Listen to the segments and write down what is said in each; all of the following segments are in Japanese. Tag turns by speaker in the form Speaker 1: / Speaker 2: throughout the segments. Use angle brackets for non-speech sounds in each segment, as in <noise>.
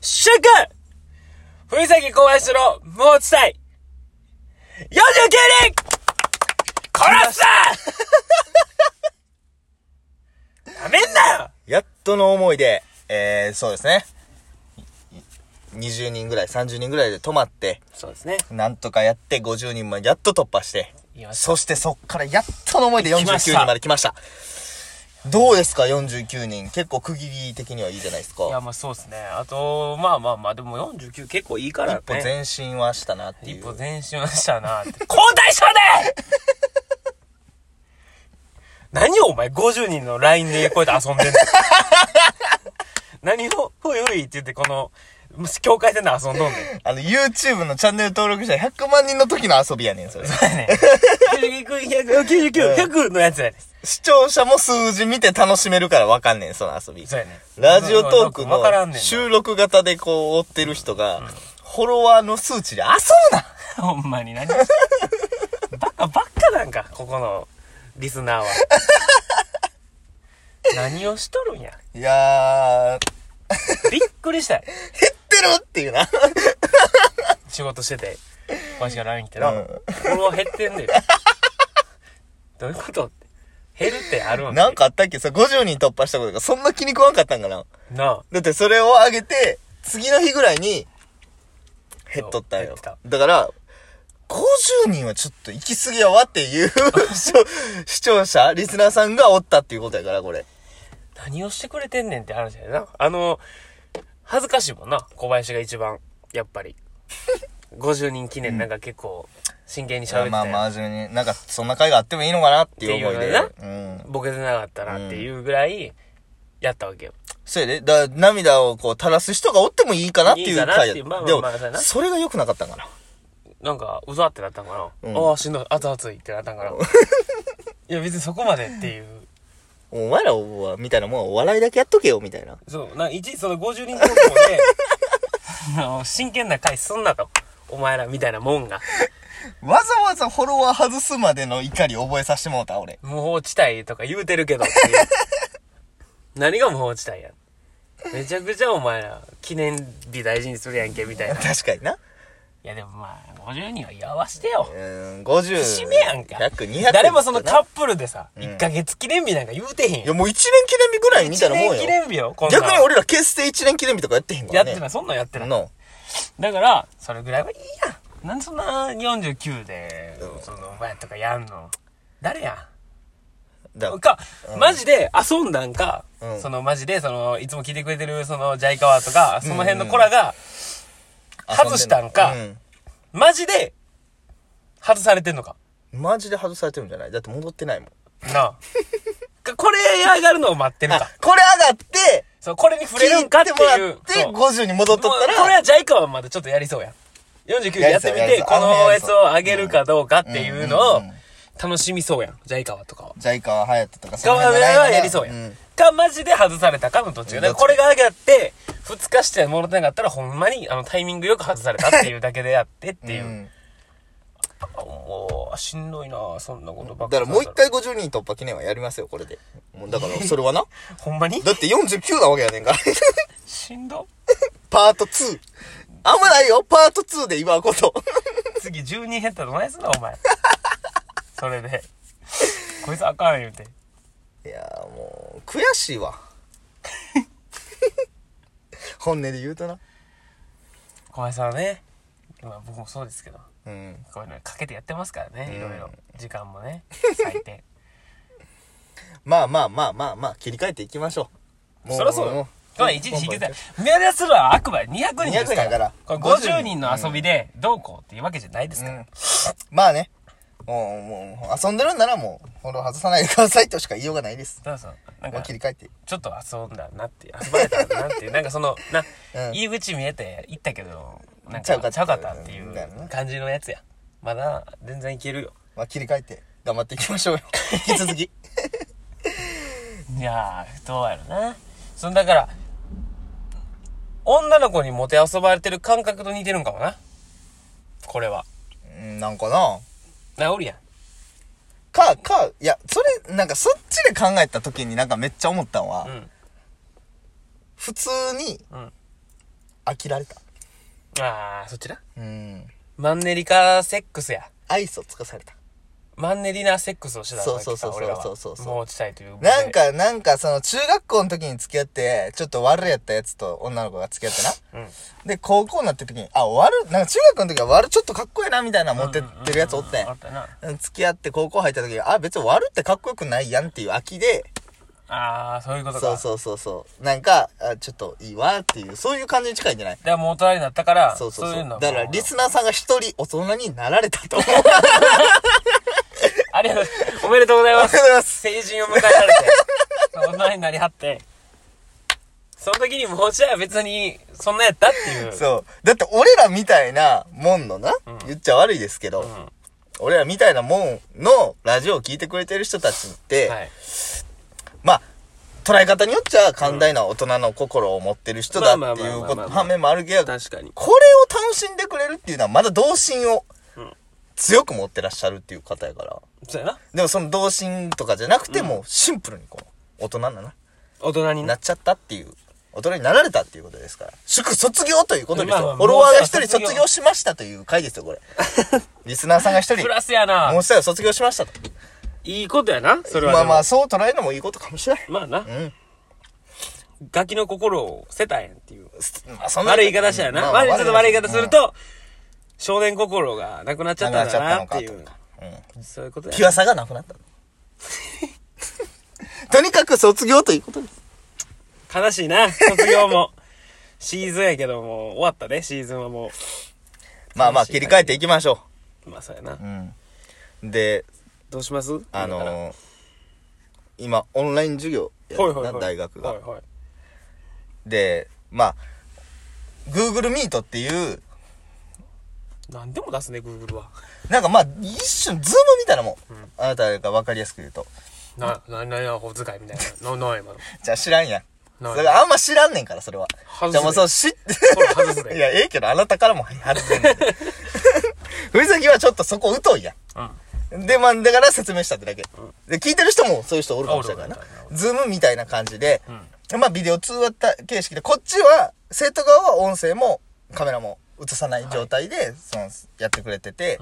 Speaker 1: シュン君藤崎小林の無法地帯 !49 人殺すなやめんなよ
Speaker 2: やっとの思いで、えー、そうですね。いい20人ぐらい、30人ぐらいで止まって、
Speaker 1: そうですね。
Speaker 2: なんとかやって50人までやっと突破して
Speaker 1: いや、
Speaker 2: そしてそっからやっとの思いで49
Speaker 1: 来ました
Speaker 2: 人まで来ました。どうですか、49人。結構区切り的にはいいじゃないです
Speaker 1: いや、
Speaker 2: か。
Speaker 1: まあそうですね。あと、まあまあまあ、でも49結構いいからね
Speaker 2: 一。歩前進はしたなってい
Speaker 1: 一
Speaker 2: う。
Speaker 1: 歩前進はしたなって。交代したね何をお前50人の LINE でこうやって遊 <laughs> んでんの何を、ふいふいって言ってこの、境界線で遊んどんねん。
Speaker 2: あの、YouTube のチャンネル登録者100万人の時の遊びやねん、それ。
Speaker 1: そうや <laughs> ね。99、100、99、100のやつやねん。
Speaker 2: 視聴者も数字見て楽しめるからわかんねん、その遊び。
Speaker 1: そうやね。
Speaker 2: ラジオトーク
Speaker 1: わからん
Speaker 2: の
Speaker 1: ねんな。
Speaker 2: 収録型でこう追ってる人が、フォロワーの数値で遊ぶな
Speaker 1: ほんまに何バカばっかなんか、ここのリス <laughs> ナーは。何をしとるんや。
Speaker 2: いやー、
Speaker 1: びっくりしたよ。
Speaker 2: 減ってるっていうな。
Speaker 1: 仕事してて、わしが LINE 来てな、
Speaker 2: うん
Speaker 1: 俺は減ってんねん。どういうことって。減るってあるん
Speaker 2: なんかあったっけさ、50人突破したことがそんな気に食わんかったんかな
Speaker 1: な
Speaker 2: だってそれを上げて、次の日ぐらいに、減っとった
Speaker 1: 減
Speaker 2: よ
Speaker 1: ってた。
Speaker 2: だから、50人はちょっと行き過ぎやわって
Speaker 1: <laughs>
Speaker 2: いう視聴視聴者、リスナーさんがおったっていうことやから、これ。
Speaker 1: あ、何をしてくれてんねんって話やな。あの、恥ずかしいもんな、小林が一番、やっぱり。50人記念なんか結構、真剣に喋って
Speaker 2: ま
Speaker 1: た
Speaker 2: あ
Speaker 1: やん
Speaker 2: まあ、真面目に、なんかそんな会があってもいいのかなっていう思い
Speaker 1: ってい
Speaker 2: で。
Speaker 1: うのね
Speaker 2: うん。
Speaker 1: ボケてなかったなっていうぐらい、やったわけよ。
Speaker 2: そうやで。だから涙をこう垂らす人がおってもいいかなっていう回や
Speaker 1: いいかなって
Speaker 2: で
Speaker 1: いう
Speaker 2: も
Speaker 1: まあまあまあそうやな、
Speaker 2: それが良くなかったんかな。
Speaker 1: なんか、うざってなったんかな。
Speaker 2: うん
Speaker 1: ああ、しんどい、熱々いってなったんかな。 <laughs> いや、別にそこまでっていう。
Speaker 2: お前らは、みたいなもんはお笑いだけやっとけよ、みたいな。
Speaker 1: そう、なんか、いちいちその50人投稿で、
Speaker 2: <laughs>
Speaker 1: あの真剣な回すんなと。お前らみたいなもんが。
Speaker 2: わざわざフォロワー外すまでの怒り覚えさせてもらった、俺。
Speaker 1: 無法地帯とか言うてるけどっていう。 <laughs> 何が無法地帯や。めちゃくちゃお前ら、記念日大事にするやんけ、みたいな。い
Speaker 2: 確かにな。
Speaker 1: や、でもまあ、50人はやわしてよ
Speaker 2: う。ーん、50。
Speaker 1: 節目やんか。
Speaker 2: 100、200。
Speaker 1: 誰もそのカ
Speaker 2: か
Speaker 1: ップルでさ、1ヶ月記念日なんか言うてへん
Speaker 2: い
Speaker 1: よ。
Speaker 2: や、もう1年記念日ぐらいみたいなもん
Speaker 1: 一年記
Speaker 2: よ。
Speaker 1: 念日よ、こんなん
Speaker 2: 逆に俺ら結成1年記念日とかやってへんか
Speaker 1: や
Speaker 2: ら
Speaker 1: っ
Speaker 2: ね。
Speaker 1: てない、そんなんやってない。
Speaker 2: の。
Speaker 1: だから、それぐらいはいいやん。なんでそんな49で、その、お前とかやんの。誰や
Speaker 2: だから
Speaker 1: か、マジで遊んだんか、
Speaker 2: うん
Speaker 1: そのマジで、その、いつも聞いてくれてる、その、ジャイカワとか、その辺の子らが、外したんか
Speaker 2: 遊での
Speaker 1: マジで、外されてんのか。
Speaker 2: うん。マジで外されてるんじゃないだって戻ってないもん。 <laughs>
Speaker 1: なあ。かこれ上がるのを待ってる
Speaker 2: あ
Speaker 1: か。、
Speaker 2: これ上がって、
Speaker 1: そう、これに触れるんかってい
Speaker 2: 聞
Speaker 1: う。
Speaker 2: て
Speaker 1: そう
Speaker 2: もらって、50に戻っとった
Speaker 1: もうこれ
Speaker 2: ら、
Speaker 1: はジャイカはまだちょっとやりそうやん。49やってみ
Speaker 2: やり
Speaker 1: て、
Speaker 2: そう
Speaker 1: こ
Speaker 2: やりそう
Speaker 1: のやつを上げるかどうかっていうのを
Speaker 2: うんうんうん
Speaker 1: 楽しみそうやん。ジャイカはとかは。
Speaker 2: ジャイカはハヤトとか、
Speaker 1: カ
Speaker 2: その
Speaker 1: ワ
Speaker 2: 辺のライン
Speaker 1: はやりそうや
Speaker 2: ん
Speaker 1: ん。か、マジで外されたかのどっちか。だからこれが上がって、2日して戻ってなかったらほんまにあのタイミングよく外されたっていうだけであってっていうう。
Speaker 2: ん
Speaker 1: もう、しんどいなぁそんなことば
Speaker 2: だ
Speaker 1: っか
Speaker 2: か
Speaker 1: り
Speaker 2: らもう一回50人突破記念はやりますよ、これで。もうだから、それはな。
Speaker 1: ほんまに
Speaker 2: だって49なわけやねんから。 <laughs>
Speaker 1: しんど
Speaker 2: パート2。あんまないよ、パート2で今こと。 <laughs>
Speaker 1: 次12減ったらどないすんだお前。それで。こいつあかん言うて。
Speaker 2: いやーもう、悔しいわ。 <laughs> 本音で言うとな。
Speaker 1: 小林さんはね、まあ僕もそうですけど、
Speaker 2: うん。
Speaker 1: こういうのかけてやってますからね、いろいろ。時間も
Speaker 2: <laughs>
Speaker 1: ね、最低。
Speaker 2: まあまあまあまあまあ、切り替えていきましょう。も
Speaker 1: そりゃそうよ。これ一日引きたい。目指すのはあくまで200人ですから。
Speaker 2: 200だから
Speaker 1: これ50人の遊びでどうこうっていうわけじゃないです
Speaker 2: う
Speaker 1: から。
Speaker 2: んまあね。もう、もう、遊んでるんならもう、フォロー外さないでくださいとしか言いようがないです。
Speaker 1: たださ、なん
Speaker 2: もう
Speaker 1: か
Speaker 2: 切、り替えて。
Speaker 1: ちょっと遊んだなって、遊ばれたなっていう、なんかその、
Speaker 2: <laughs>
Speaker 1: な、
Speaker 2: うん
Speaker 1: 入り口見えて行ったけど、なん
Speaker 2: ちゃうか
Speaker 1: か、
Speaker 2: った
Speaker 1: ちゃうかったってい
Speaker 2: みたいなね
Speaker 1: う感じのやつや。まだ、全然いけるよ。
Speaker 2: まあ、切り替えて、頑張っていき
Speaker 1: <laughs>
Speaker 2: ましょうよ。引き続き。
Speaker 1: いやー、どうやろな。その、だから、女の子にモテ遊ばれてる感覚と似てるんかもな。これは。
Speaker 2: うんなんかな
Speaker 1: な、おるやん。
Speaker 2: か、か、いや、それ、なんかそっちで考えた時になんかめっちゃ思ったのは、
Speaker 1: うん。
Speaker 2: 普通に
Speaker 1: うん。
Speaker 2: 飽きられた。
Speaker 1: あー、そちら
Speaker 2: うん。
Speaker 1: マンネリ化セックスや。
Speaker 2: 愛想尽かされた。
Speaker 1: マンネリなセックスをしてた
Speaker 2: そうそうそうそう
Speaker 1: 俺らは
Speaker 2: そうそうそう
Speaker 1: もう落ちたいという。
Speaker 2: なん、か、なんか、その、中学校の時に付き合って、ちょっと悪やったやつと女の子が付き合ってな。
Speaker 1: うん。
Speaker 2: で、高校になってる時に、あ、悪、なんか中学の時は悪ちょっとかっこいいな、みたいな持ってってるやつおって
Speaker 1: あったな。
Speaker 2: ん。付き合って高校入った時に、あ、別に悪ってかっこよくないやんっていう飽きで、
Speaker 1: あー、そういうことか。
Speaker 2: そうそうそうそう。なんか、あちょっといいわっていう、そういう感じに近いんじゃない
Speaker 1: でもう大人になったから、
Speaker 2: そうそうそう。
Speaker 1: いうのは
Speaker 2: だから、
Speaker 1: もう
Speaker 2: リスナーさんが一人大人になら
Speaker 1: <laughs>
Speaker 2: れたと思う。 <laughs>
Speaker 1: ありがとうございます。おめでとうございます。
Speaker 2: ありがとうございます
Speaker 1: 成人を迎えられて、大人になりはって、その時にもうじゃあ別に、そんなやったっていう。
Speaker 2: そう。だって、俺らみたいなもんのな、言っちゃ悪いですけど、
Speaker 1: ん
Speaker 2: 俺らみたいなもんのラジオを聞いてくれてる人たちって、
Speaker 1: はい。
Speaker 2: まあ、捉え方によっちゃ寛大な大人の心を持ってる人だ
Speaker 1: まあまあ
Speaker 2: ってい
Speaker 1: ま
Speaker 2: うこ
Speaker 1: あまあまあまあ
Speaker 2: と、
Speaker 1: まあ
Speaker 2: 反面もあるけど、これ
Speaker 1: 確かに。
Speaker 2: を楽しんでくれるっていうのは、まだ童心を
Speaker 1: うん
Speaker 2: 強く持ってらっしゃるっていう方やから。
Speaker 1: そうやな。
Speaker 2: でもその童心とかじゃなくて、もうシンプルにこう、大人だな。
Speaker 1: 大人に
Speaker 2: な
Speaker 1: な
Speaker 2: っちゃったっていう、大人になられたっていうことですから。祝卒業ということですよ。
Speaker 1: まあまあ
Speaker 2: フォロワーが一人
Speaker 1: もう
Speaker 2: 卒業しましたという回です
Speaker 1: <laughs>
Speaker 2: よ、これ。リスナーさんが一人
Speaker 1: プ、ラスやな
Speaker 2: もう。一人卒業しましたと。
Speaker 1: いいことやな。それは
Speaker 2: ま
Speaker 1: で
Speaker 2: あ
Speaker 1: も。
Speaker 2: まあ、そう捉えるのもいいことかもしれない。
Speaker 1: まあな。
Speaker 2: ん
Speaker 1: ガキの心を捨てたやんっていう。
Speaker 2: まあ、そん
Speaker 1: 悪い言い方したやな。悪い、ちょっと悪い言い方する、と、少年心がなくなっちゃったんだなってい
Speaker 2: なく
Speaker 1: う
Speaker 2: なっ。うん
Speaker 1: そういうことや
Speaker 2: ピュアさがなく
Speaker 1: <laughs>
Speaker 2: なった。とにかく卒業ということです。
Speaker 1: な。悲しい
Speaker 2: <laughs>
Speaker 1: な。卒業も。シーズンやけども、終わったね、シーズンはも
Speaker 2: まあまあ、切り替えていきましょ
Speaker 1: う。まあそうやな
Speaker 2: う。。うん。で、
Speaker 1: どうします
Speaker 2: あのー、今、オンライン授業や
Speaker 1: ほいほいほい、
Speaker 2: 大学が
Speaker 1: ほい。ほい
Speaker 2: で、まあ、Google Meet っていう、
Speaker 1: 何でも出すね、Google は。 <laughs>
Speaker 2: なんかまあ、一種、ズームみたいなもん。あなたが分かりやすく言うと。
Speaker 1: な、な、な、な、小遣いみたいな。な、な、今の。
Speaker 2: じゃあ知らんやん。
Speaker 1: な
Speaker 2: それあんま知らんねんから、それは。
Speaker 1: 外すね
Speaker 2: じゃあもうそう、知っ
Speaker 1: ほら、外す
Speaker 2: <laughs> て、い
Speaker 1: ね。
Speaker 2: や、ええけど、あなたからも外せん
Speaker 1: <laughs>
Speaker 2: <laughs> ねん。藤崎はちょっとそこ疎いや
Speaker 1: うん。
Speaker 2: ん。で、まあ、だから説明したってだけ。で、聞いてる人もそういう人おるかもしれないか
Speaker 1: お
Speaker 2: ら
Speaker 1: るおるおるお
Speaker 2: な。ズームみたいな感じで、まあ、ビデオ通話形式で、こっちは、生徒側は音声もカメラも映さない状態で、その、やってくれてて、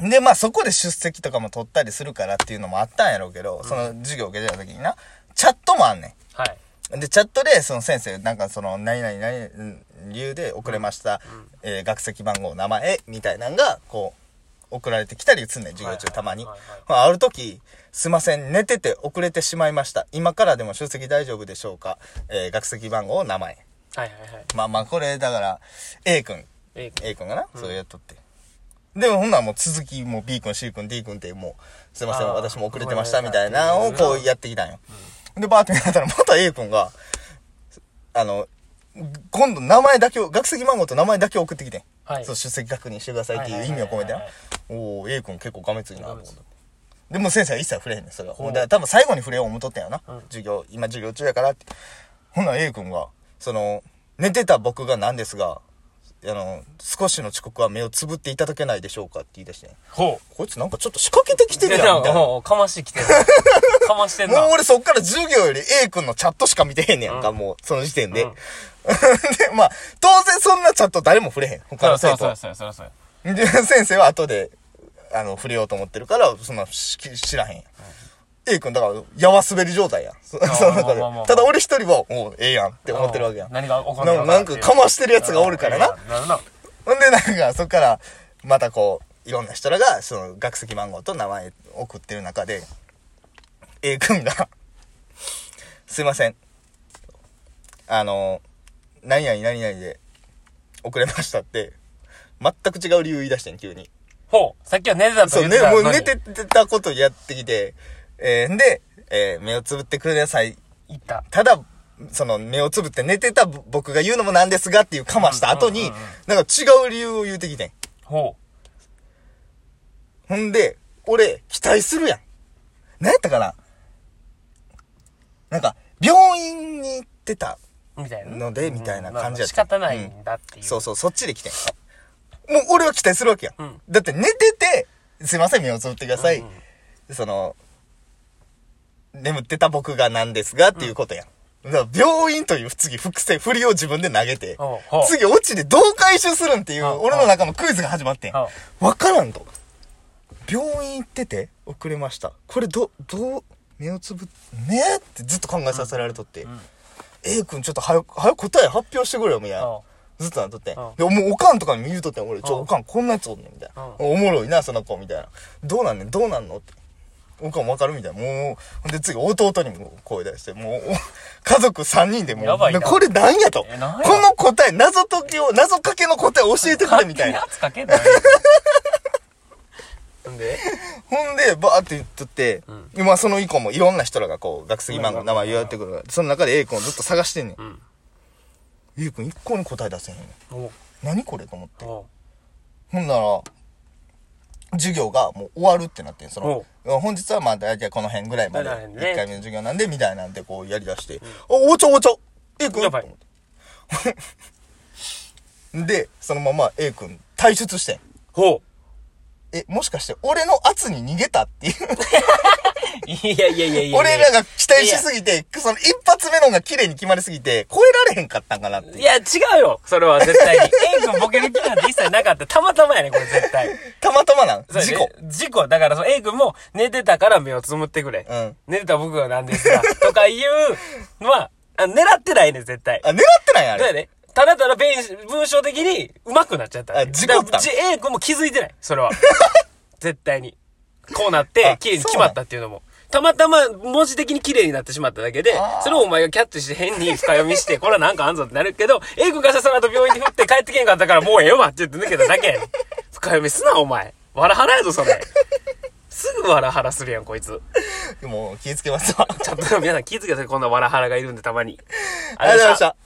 Speaker 2: で、まあそこで出席とかも取ったりするからっていうのもあったんやろうけど、その授業受けてた時にな、チャットもあんね
Speaker 1: はい。
Speaker 2: ん。で、チャットで、その先生、なんかその、何々何々うん理由で遅れました、えー学籍番号、名前、みたいなんが、こう、送られてきたりすんねん、授業中
Speaker 1: はいはい
Speaker 2: たまに。
Speaker 1: はいはい
Speaker 2: まあ、ある時、すいません、寝てて遅れてしまいました。今からでも出席大丈夫でしょうかえー学籍番号、名前。
Speaker 1: はいはいはい。
Speaker 2: まあまあ、これ、だから、A 君、
Speaker 1: ええ
Speaker 2: A 君がな、それやっとって。でもほんならもう続き、もう B 君、C 君、D 君ってもう、すいません、
Speaker 1: あー
Speaker 2: 私も遅れてましたみたいなのをこうやってきたんよ。で、バーって見たらまた A 君が、あの、今度名前だけを、学籍番号と名前だけ送ってきてん。
Speaker 1: はい
Speaker 2: そう、出席確認してくださいっていう意味を込めてな
Speaker 1: はいはいはいはい。
Speaker 2: おー、A 君結構がめついなと思って
Speaker 1: がめつい。
Speaker 2: でもう先生は一切触れへんねん、それは。
Speaker 1: ほう
Speaker 2: もうだから多分最後に触れよう思っとったんやな。授業、今授業中やからって。ほんなら A 君が、その、寝てた僕がなんですが、あの、少しの遅刻は目をつぶっていただけないでしょうかって言い出して、
Speaker 1: ほう。
Speaker 2: こいつなんかちょっと仕掛けてきて
Speaker 1: 出
Speaker 2: るやん、みた
Speaker 1: た
Speaker 2: いな。も
Speaker 1: ほう、かましてきてる。 <laughs> かましてんな。
Speaker 2: う俺そっから授業より A 君のチャットしか見てへんねやんか、もう、その時点 <laughs> で。
Speaker 1: うん
Speaker 2: で、まあ、当然そんなチャット誰も触れへん、他の生徒は
Speaker 1: そうそうそうそう。
Speaker 2: で、先生は後で、あの、触れようと思ってるから、そんな、し知らへんやん。A 君、だから、やわ滑り状態やん。そ
Speaker 1: あー
Speaker 2: その中で
Speaker 1: まあまあまあ。
Speaker 2: ただ俺一人は、おうええやんって思ってるわけやん。
Speaker 1: 何が起こるの
Speaker 2: ななんか、かましてるやつがおるからな。
Speaker 1: なるな。
Speaker 2: ほんで、なんか、そっから、またこう、いろんな人らが、その、学籍番号と名前送ってる中で、A 君が、すいません。あの、何々何々で、遅れましたって、全く違う理由言い出してん、急に。
Speaker 1: ほう。さっきは寝てたと
Speaker 2: そ
Speaker 1: 言
Speaker 2: う
Speaker 1: っ
Speaker 2: ね
Speaker 1: てた、の
Speaker 2: も
Speaker 1: に
Speaker 2: う寝てたことやってきて、えーで、えー目をつぶってください。
Speaker 1: 行った。
Speaker 2: ただ、その目をつぶって寝てた僕が言うのもなんですがっていうかました後
Speaker 1: うんう
Speaker 2: に
Speaker 1: んうんうん、
Speaker 2: なんか違う理由を言うてきてん。
Speaker 1: ほ
Speaker 2: ほんで、俺、期待するやん。なんやったかななんか、病院に行ってた。
Speaker 1: う。みたいな。
Speaker 2: のでみたいな感じ
Speaker 1: やっ。
Speaker 2: やった
Speaker 1: 仕
Speaker 2: た
Speaker 1: 方ないんだっていう。
Speaker 2: そうそう、そっちで来てん。もう俺は期待するわけやん。
Speaker 1: うん
Speaker 2: だって寝てて、すいません、目をつぶってください。
Speaker 1: うんうん
Speaker 2: その、眠ってた僕がなんですがっていうことやん。だから病院という次、伏線、振りを自分で投げて
Speaker 1: ほうほう、
Speaker 2: 次、オチでどう回収するんっていう、
Speaker 1: ほうほう
Speaker 2: 俺の中のクイズが始まってん
Speaker 1: ほ。
Speaker 2: わからんと。病院行ってて、遅れました。これ、ど、どう、目をつぶっ、ねってずっと考えさせられとって。A 君ちょっと早く、早く答え発表してくれよ、みたいな
Speaker 1: ほ。
Speaker 2: ずっとなっとって
Speaker 1: ほ。
Speaker 2: で、もうおかんとかに言うとってん、俺、ち
Speaker 1: ほ
Speaker 2: ょ、
Speaker 1: う
Speaker 2: おかんこんなやつおんねん、みたいな。
Speaker 1: ほ
Speaker 2: おもろいな、その子、みたいな。どうなんねん、どうなんのって。おかんわかるみたいな。もう、ほんで次弟にも声出して、もう、家族3人でも
Speaker 1: やばいな
Speaker 2: う、これなんやと。こ
Speaker 1: えなんや
Speaker 2: の答え、謎解きを、謎かけの答え教えてくれみたいな。
Speaker 1: 勝手に圧かけんな
Speaker 2: <laughs>
Speaker 1: よんで
Speaker 2: ほんで、バーって言っとって、まあその以降もいろんな人らがこう、学生番号の名前言われてくるから、その中で A 君をずっと探してんねん。
Speaker 1: ん
Speaker 2: A 君一向に答え出せへんねん。
Speaker 1: お
Speaker 2: 何これと思って。
Speaker 1: お
Speaker 2: ほんなら、授業がもう終わるってなってんその、本日はまあ大体この辺ぐらいまで、
Speaker 1: だからね
Speaker 2: 1回目の授業なんで、みたいなんでこうやりだして、お、おちょおちょ !A 君
Speaker 1: やばい
Speaker 2: と思ってで、そのまま A 君退出してん。
Speaker 1: ほ
Speaker 2: え、もしかして俺の圧に逃げたっていう。
Speaker 1: ういやいやいやいやいや
Speaker 2: 俺らが期待しすぎて、その一発目のが綺麗に決まりすぎて、超えられへんかったんかなっていう
Speaker 1: いや違うよそれは絶対に A 君ボケる気なんて一切なかったたまたまやねこれ絶対
Speaker 2: たまたまなん
Speaker 1: そうや
Speaker 2: 事
Speaker 1: ね
Speaker 2: 故。
Speaker 1: 事故。だから、その A 君も寝てたから目をつむってくれ。
Speaker 2: うん
Speaker 1: 寝てた僕がなんですが、とかいうのは、あ狙ってないねん、絶対。
Speaker 2: あ、狙ってないあ
Speaker 1: そうや
Speaker 2: れ。
Speaker 1: ね。ただただ弁文章的に上手くなっちゃった。
Speaker 2: あ事故った
Speaker 1: だから A 君も気づいてない、それ
Speaker 2: <laughs>
Speaker 1: は。絶対に。こうなっ
Speaker 2: あ
Speaker 1: て、綺麗に決まったっていうのも。たまたま文字的に綺麗になってしまっただけで
Speaker 2: あー、
Speaker 1: それをお前がキャッチして変に深読みして、これはなんかあんぞってなるけど、A 君がさその後病院に振って帰ってけんかったからもうええわって言って抜けただけやねん。深読みすな、お前。わらはらやぞ、それ。すぐわらはらするやん、こいつ。
Speaker 2: もう気ぃつけますわ。
Speaker 1: ちょっと皆さん気づけてください、こんなわらはらがいるんで、たまに。
Speaker 2: ありがとうございました。